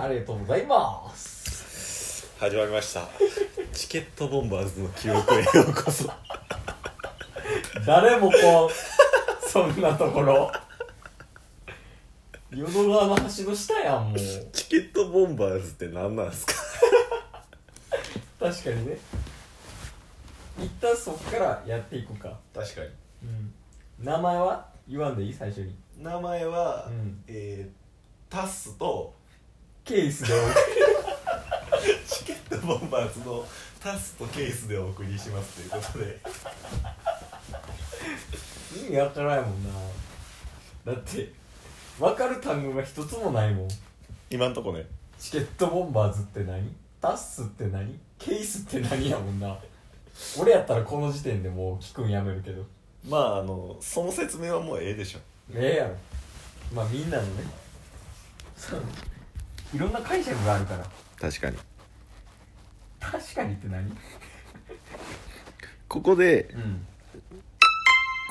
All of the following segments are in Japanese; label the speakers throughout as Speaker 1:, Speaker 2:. Speaker 1: ありがとうございます
Speaker 2: 始まりました チケットボンバーズの記憶へようこ そ
Speaker 1: 誰もこうそんなとこ ろ淀川の橋の下やんもう
Speaker 2: チケットボンバーズって何なんですか
Speaker 1: 確かにね一旦そっからやっていこうか、
Speaker 2: 確か
Speaker 1: うん、名前は言わんでいい最初に
Speaker 2: に名前は、
Speaker 1: うん
Speaker 2: えー、タッスと
Speaker 1: ケースで
Speaker 2: チケットボンバーズのタスとケースでお送りしますということで
Speaker 1: 意味わからないもんなだって分かる単語が一つもないもん
Speaker 2: 今んとこね
Speaker 1: チケットボンバーズって何タッスって何ケースって何やもんな俺やったらこの時点でもう聞くんやめるけど
Speaker 2: まああのその説明はもうええでしょ
Speaker 1: ええやろまあみんなのねそういろんな解釈があるから
Speaker 2: 確かに
Speaker 1: 確かにって何
Speaker 2: ここで
Speaker 1: うん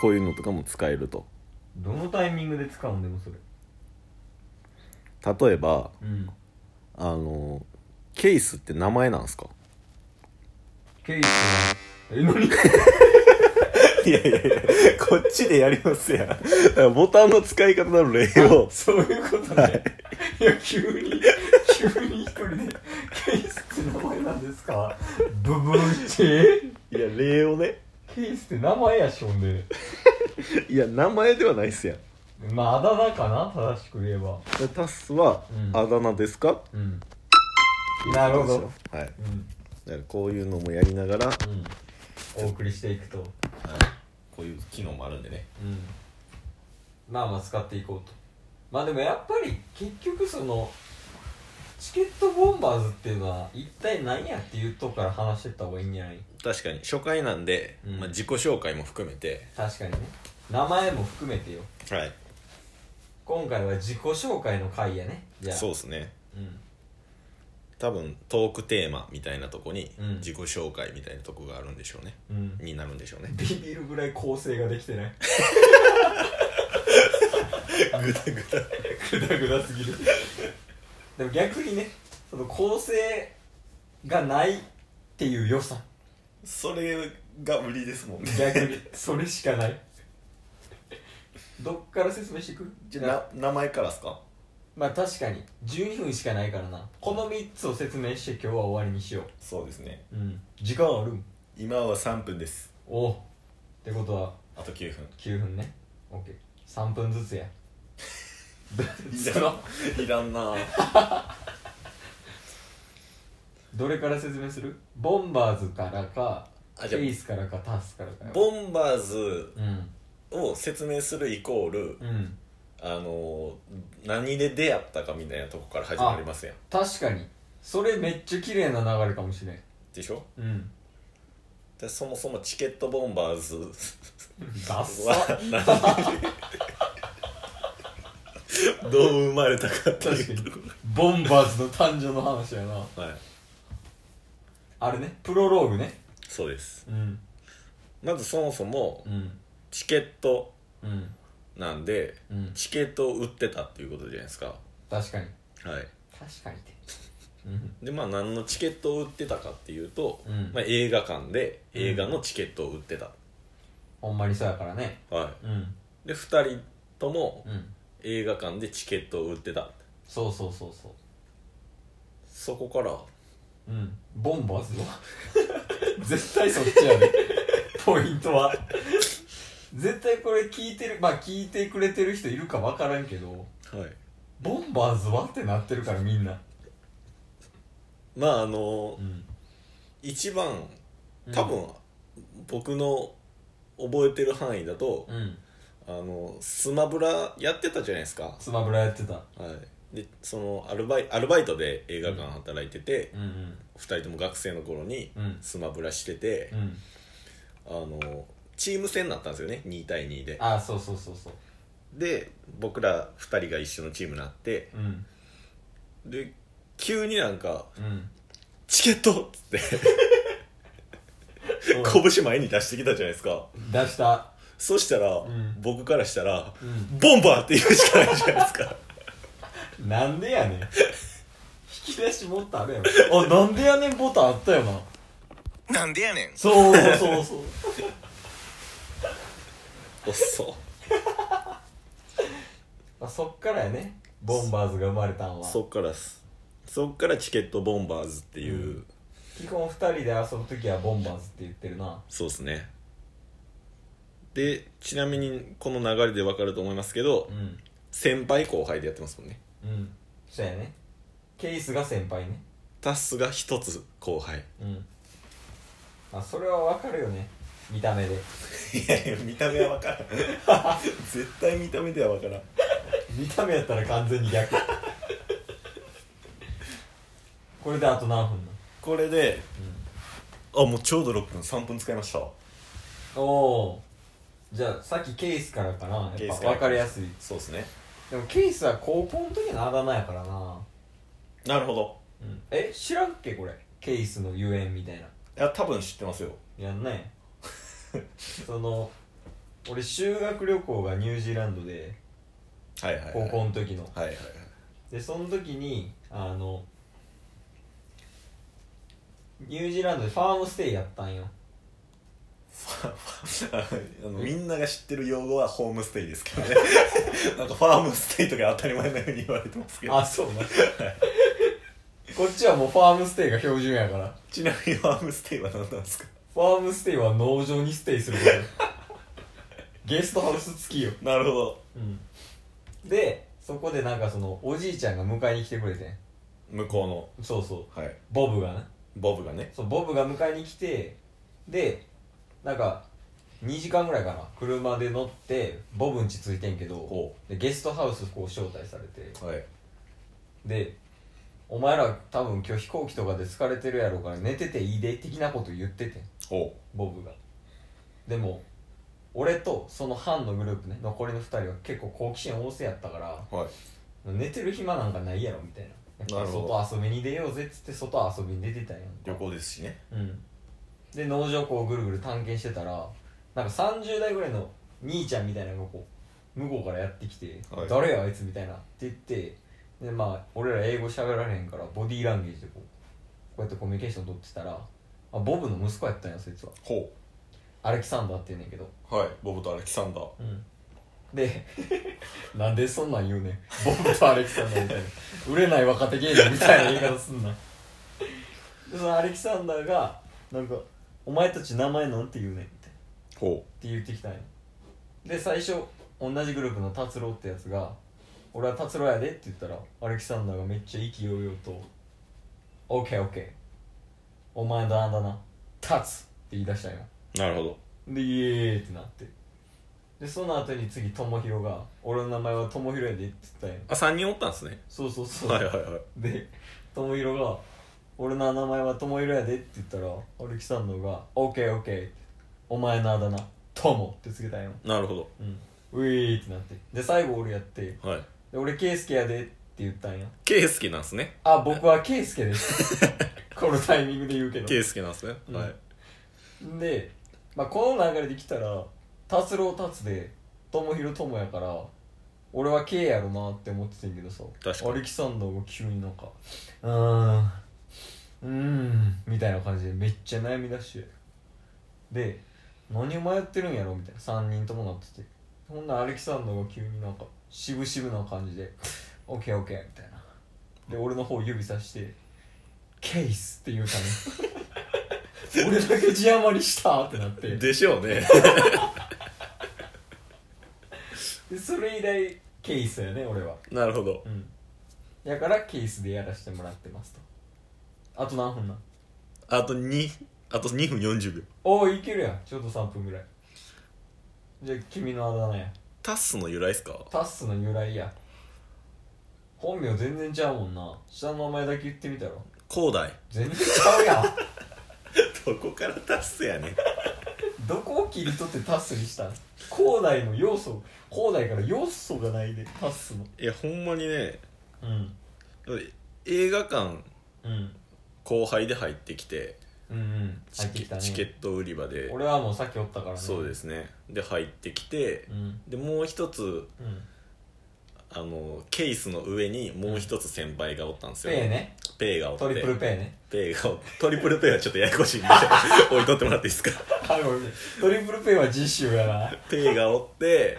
Speaker 2: こういうのとかも使えると
Speaker 1: どのタイミングで使うんでもそれ
Speaker 2: 例えば
Speaker 1: うん
Speaker 2: あのケースって名前なんですか
Speaker 1: ケースえ何
Speaker 2: いやいやいやこっちでやりますやんだからボタンの使い方の例を
Speaker 1: そういうことね、い、や急に急に一人でケースって名前なんですかブブーチ ェ
Speaker 2: いや例をね
Speaker 1: ケースって名前やしほんで
Speaker 2: いや名前ではないっすやん
Speaker 1: まああだ名かな正しく言えば
Speaker 2: タスは
Speaker 1: うん
Speaker 2: あだ名ですか、
Speaker 1: うんなるほど
Speaker 2: はいだか
Speaker 1: うん
Speaker 2: らこういうのもやりながら、
Speaker 1: うんお送りしていくと
Speaker 2: こういう機能もあるんでね
Speaker 1: うんまあまあ使っていこうとまあでもやっぱり結局そのチケットボンバーズっていうのは一体何やっていうとこから話してった方がいいんじゃない
Speaker 2: 確かに初回なんで、
Speaker 1: うん
Speaker 2: まあ、自己紹介も含めて
Speaker 1: 確かにね名前も含めてよ
Speaker 2: はい
Speaker 1: 今回は自己紹介の回やねじゃあ
Speaker 2: そう
Speaker 1: う、
Speaker 2: ですね
Speaker 1: ん、
Speaker 2: 多分トークテーマみたいなとこに
Speaker 1: うん
Speaker 2: 自己紹介みたいなとこがあるんでしょうね、
Speaker 1: うん、
Speaker 2: になるんでしょうね
Speaker 1: ビビるぐらい構成ができてない
Speaker 2: ぐ だぐだ
Speaker 1: グダグダすぎるでも逆にねその構成がないっていう良さ
Speaker 2: それが売りですもんね
Speaker 1: 逆にそれしかないどっから説明していく
Speaker 2: じゃあな名前からですか
Speaker 1: まあ確かに12分しかないからなこの3つを説明して今日は終わりにしよ
Speaker 2: そうですね
Speaker 1: ううん時間あるん
Speaker 2: 今は3分です
Speaker 1: おうってことは
Speaker 2: あと9分
Speaker 1: 9分ね OK3 分ずつ やその
Speaker 2: いらんな
Speaker 1: どれから説明するボンバーズからか
Speaker 2: あじ
Speaker 1: ケ
Speaker 2: ゃあ
Speaker 1: ースからかタスからかよ
Speaker 2: ボンバーズ
Speaker 1: うん
Speaker 2: を説明するイコール
Speaker 1: うん
Speaker 2: あのー何で出会ったかみたいなとこから始まりますやん
Speaker 1: 確かにそれめっちゃ綺麗な流れかもしれん
Speaker 2: でしょ
Speaker 1: うん
Speaker 2: でそもそもチケットボンバーズ
Speaker 1: ダッサ
Speaker 2: はなんでどう生まれたかって
Speaker 1: 確
Speaker 2: い
Speaker 1: か
Speaker 2: う
Speaker 1: に
Speaker 2: とこ
Speaker 1: ボンバーズの誕生の話やな
Speaker 2: はい
Speaker 1: あれねプロローグね
Speaker 2: そうです
Speaker 1: うん
Speaker 2: まずそもそも
Speaker 1: うん
Speaker 2: チケット
Speaker 1: うん
Speaker 2: なんで
Speaker 1: うん
Speaker 2: チケットを売ってたっていうことじゃないですかは
Speaker 1: 確かに
Speaker 2: い
Speaker 1: 確かにってうん
Speaker 2: でまあ何のチケットを売ってたかっていうと、
Speaker 1: うん
Speaker 2: まあ、映画館で
Speaker 1: うん
Speaker 2: 映画のチケットを売ってた、
Speaker 1: ほんまにそうやからね
Speaker 2: は
Speaker 1: うん
Speaker 2: いで2人とも
Speaker 1: うん
Speaker 2: 映画館でチケットを売ってた
Speaker 1: そうそうそうそ
Speaker 2: そこから
Speaker 1: ううんボンバーズは 絶対そっちやねポイントは絶対これ聞いてるまあ聞いてくれてる人いるか分からんけど
Speaker 2: はい
Speaker 1: ボンバーズはってなってるからみんな
Speaker 2: まああの
Speaker 1: うん
Speaker 2: 一番多分、僕の覚えてる範囲だと、
Speaker 1: うん
Speaker 2: あのスマブラやってたじゃないですか、は
Speaker 1: スマブラやってた
Speaker 2: い、でそのアルバイアルバイトで映画館働いてて、
Speaker 1: うんうん
Speaker 2: 二2人とも学生の頃に
Speaker 1: うん
Speaker 2: スマブラしてて
Speaker 1: う、ん
Speaker 2: あのチーム戦になったんですよね2対2で
Speaker 1: ああそうそうそうそう
Speaker 2: で僕ら2人が一緒のチームになって
Speaker 1: うん
Speaker 2: で急になんか
Speaker 1: うん
Speaker 2: 「チケット!」っつって拳前に出してきたじゃないですか
Speaker 1: 出した
Speaker 2: そしたら、
Speaker 1: ん
Speaker 2: 僕からしたら「
Speaker 1: うん
Speaker 2: ボンバー!」って言うしかないじゃないですか
Speaker 1: なんでやねん引き出しもっとあるやろあなんでやねんボタンあったよな
Speaker 2: なんでやねん
Speaker 1: そうそうそう
Speaker 2: おっそ
Speaker 1: まあ、そっからやねボンバーズが生まれたんは
Speaker 2: そっからっすそっからチケットボンバーズっていう、
Speaker 1: うん基本2人で遊ぶ時はボンバーズって言ってるな
Speaker 2: そうっすねでちなみにこの流れで分かると思いますけど、
Speaker 1: うん
Speaker 2: 先輩後輩でやってますもんね
Speaker 1: うんそうやねケイスが先輩ね
Speaker 2: タスが一つ後輩
Speaker 1: うんまあそれはわかるよね見た目で
Speaker 2: いやいや見た目は分 からん絶対見た目では分からん
Speaker 1: 見た目やったら完全に逆 これであと何分なの、
Speaker 2: これであもうちょうど6分3分使いました
Speaker 1: おおーじゃあさっきケイスからかなや
Speaker 2: ケイ
Speaker 1: っ
Speaker 2: ス
Speaker 1: ぱ
Speaker 2: から
Speaker 1: 分かりやすい
Speaker 2: そうですね
Speaker 1: でもケイスは高校の時のあだ名やからな、
Speaker 2: なるほど
Speaker 1: うん、え知らんっけこれケイスのゆえんみたいない
Speaker 2: や多分知ってますよ
Speaker 1: やんない その俺修学旅行がニュージーランドで
Speaker 2: はいはい、はい、
Speaker 1: 高校の時の、
Speaker 2: はいはいはい
Speaker 1: でその時にあのニュージーランドでファームステイやったんよ
Speaker 2: あのみんなが知ってる用語はホームステイですけ どねなんかファームステイとか当たり前のように言われてますけど
Speaker 1: あそう なこっちはもうファームステイが標準やから
Speaker 2: ちなみにファームステイは何なんですか
Speaker 1: ファームステイは農場にステイすることゲストハウス付きよ、
Speaker 2: なるほど
Speaker 1: うん、でそこでなんかそのおじいちゃんが迎えに来てくれてん
Speaker 2: 向こ
Speaker 1: そうそう
Speaker 2: うのはい
Speaker 1: ボブがね
Speaker 2: ボブがね
Speaker 1: そうボブが迎えに来てでなんか2時間ぐらいかな車で乗ってボブんちついてんけど
Speaker 2: お
Speaker 1: でゲストハウスこう招待されて
Speaker 2: はい
Speaker 1: で「お前ら多分今日飛行機とかで疲れてるやろうから寝てていいで」的なこと言っててん
Speaker 2: お
Speaker 1: ボブがでも俺とその班のグループね残りの2人は結構好奇心旺盛やったから
Speaker 2: はい
Speaker 1: 寝てる暇なんかないやろみたいな
Speaker 2: なるほど
Speaker 1: 外遊びに出ようぜっつって外遊びに出てたんやん
Speaker 2: 旅行ですしね
Speaker 1: うん、で農場こうぐるぐる探検してたらなんか30代ぐらいの兄ちゃんみたいなのがこう向こうからやってきて「
Speaker 2: はい
Speaker 1: 誰やあいつ」みたいなって言ってでまあ俺ら英語喋られへんからボディーランゲージでこうこうやってコミュニケーション取ってたらあボブの息子やったんやそいつは
Speaker 2: ほ
Speaker 1: アレキサンダーって言うねんけど、
Speaker 2: うはいボブとアレキサンダー
Speaker 1: うん、 でなんでそんなん言うねんボブとアレキサンダーみたいな売れない若手芸人みたいな言い方すんなでそのアレキサンダーがなんか「お前たち名前なんて言うねん」って
Speaker 2: ほ
Speaker 1: って言ってきたんよで最初同じグループの達郎ってやつが「俺は達郎やで」って言ったらアレキサンダーがめっちゃ意気揚々と「OKOK お前のあだな達」って言い出したんよ
Speaker 2: うなるほど
Speaker 1: でイエーイってなってでその後に次友弘が「俺の名前は友弘やで」って言ったんよ
Speaker 2: あ三3人おったんですね
Speaker 1: そうそうそう、
Speaker 2: はいはいはい
Speaker 1: で友宏が「俺の名前は友宏やで」って言ったらアレキサンドが「オッケーオッケーお前のあだ名友」ってつけたんよ、
Speaker 2: なるほど
Speaker 1: うん、ウィーってなってで最後俺やって
Speaker 2: はい
Speaker 1: 「で俺圭介やで」って言ったんや
Speaker 2: ケイスケなんですね
Speaker 1: あ僕は圭介です このタイミングで言うけど
Speaker 2: ケイスケなんですね、
Speaker 1: うん
Speaker 2: はい
Speaker 1: で、まあ、この流れで来たら達郎達で友宏友やから俺は K やろなって思ってたんやけどさ
Speaker 2: 確かに
Speaker 1: アレキサンダーが急になんかうーんうーんみたいな感じでめっちゃ悩みだしてで何迷ってるんやろみたいな3人ともなっててほんならアレキサンダーが急になんか渋々な感じで「オッケーオッケー」みたいなで俺の方指さして「ケース」って言うたね 俺だけ字余りしたってなって
Speaker 2: でしょう ね
Speaker 1: でそれ以来ケースやね俺は
Speaker 2: なるほど
Speaker 1: うんやからケースでやらせてもらってますとあと何分なん
Speaker 2: あと2あと2分40秒
Speaker 1: おおいけるやんちょうど3分ぐらいじゃあ君のあだ名や
Speaker 2: タッスの由来っすか
Speaker 1: タッスの由来や本名全然ちゃうもんな下の名前だけ言ってみたら
Speaker 2: 広大
Speaker 1: 全然ちゃうやん
Speaker 2: どこからタッスやねん
Speaker 1: どこを切り取ってタッスにしたん広大の要素広大から要素がないでタッスの
Speaker 2: いやほんまにね
Speaker 1: うん
Speaker 2: 映画館
Speaker 1: うん
Speaker 2: 後輩で入ってきて
Speaker 1: うんうん
Speaker 2: チ
Speaker 1: 入って
Speaker 2: ケ
Speaker 1: きたね
Speaker 2: チケット売り場で
Speaker 1: 俺はもうさっきおったからね
Speaker 2: そうですすねで入ってきて
Speaker 1: うん
Speaker 2: でもう一つ
Speaker 1: うん
Speaker 2: あのケースの上にもう一つ先輩がおったんです
Speaker 1: ペ
Speaker 2: よ
Speaker 1: ーね
Speaker 2: ペイがおって
Speaker 1: トリプルペイね
Speaker 2: ペイがおってトリプルペイはちょっとややこしいんで置いとってもらっていいで すか
Speaker 1: はいごめんトリプルペイは次週やな
Speaker 2: ペイがおって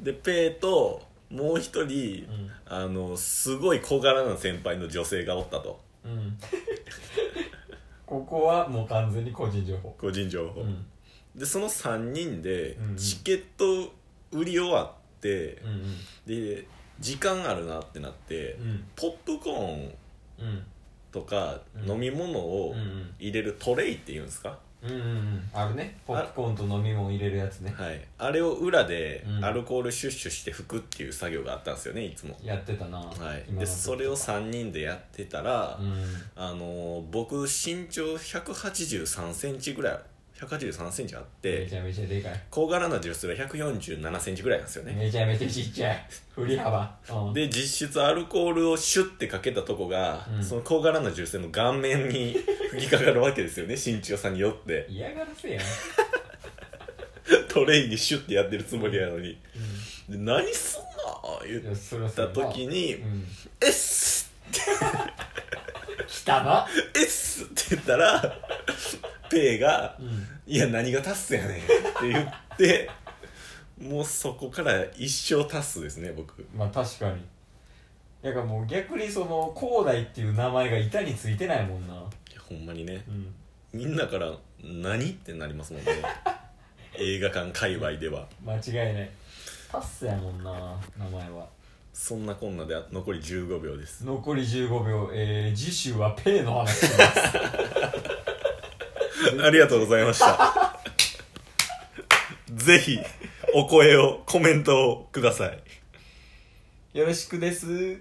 Speaker 2: でペイともう一人、
Speaker 1: うん
Speaker 2: あのすごい小柄な先輩の女性がおったと
Speaker 1: うんここはもう完全に個人情報
Speaker 2: 個人情報、
Speaker 1: うん
Speaker 2: でその3人で
Speaker 1: うんうん
Speaker 2: チケット売り終わって
Speaker 1: う、んうん
Speaker 2: で時間あるなってなって、
Speaker 1: うん
Speaker 2: ポップコーン
Speaker 1: うん
Speaker 2: とか
Speaker 1: うん
Speaker 2: 飲み物を
Speaker 1: うんうん
Speaker 2: 入れるトレイっていうんですか、
Speaker 1: うんうんうんあるねポップコーンと飲み物入れるやつね
Speaker 2: はい、あれを裏で
Speaker 1: うん
Speaker 2: アルコールシュッシュして拭くっていう作業があったんですよねいつも、
Speaker 1: やってたな
Speaker 2: はい、
Speaker 1: 今の
Speaker 2: でそれを3人でやってたら、
Speaker 1: うん
Speaker 2: あのー僕身長1 8 3ンチぐらい1 8 3ンチあっ
Speaker 1: め
Speaker 2: て
Speaker 1: ちゃめちゃでかい
Speaker 2: 小柄な女性が1 4 7ンチぐらいなんですよね
Speaker 1: めちゃめちゃちっちゃ い振り幅うん
Speaker 2: で実質アルコールをシュッてかけたとこが、
Speaker 1: うん
Speaker 2: その小柄な女性の顔面に 吹きかかるわけですよね身長差によって
Speaker 1: 嫌がらせやん
Speaker 2: トレイにシュッてやってるつもりやのに「で何すんな!」言
Speaker 1: い
Speaker 2: っ
Speaker 1: やそれは
Speaker 2: た時
Speaker 1: に
Speaker 2: に
Speaker 1: うん
Speaker 2: 「えっす!」
Speaker 1: 来たな
Speaker 2: 「えっす!」って言ったらペイが
Speaker 1: うん
Speaker 2: 「いや何がタスやねん」って言ってもうそこから一生タスですね僕
Speaker 1: まあ確かにだからもう逆にその広大っていう名前が板についてないもんな
Speaker 2: ほんまにね
Speaker 1: うん
Speaker 2: みんなから「何?」ってなりますもんね映画館界隈では
Speaker 1: 間違いないパスやもんな名前は
Speaker 2: そんなこんなであ残り15秒 です
Speaker 1: 残り15秒えー、次週はペイの 話します
Speaker 2: ありがとうございましたぜひお声をコメントをください
Speaker 1: よろしくです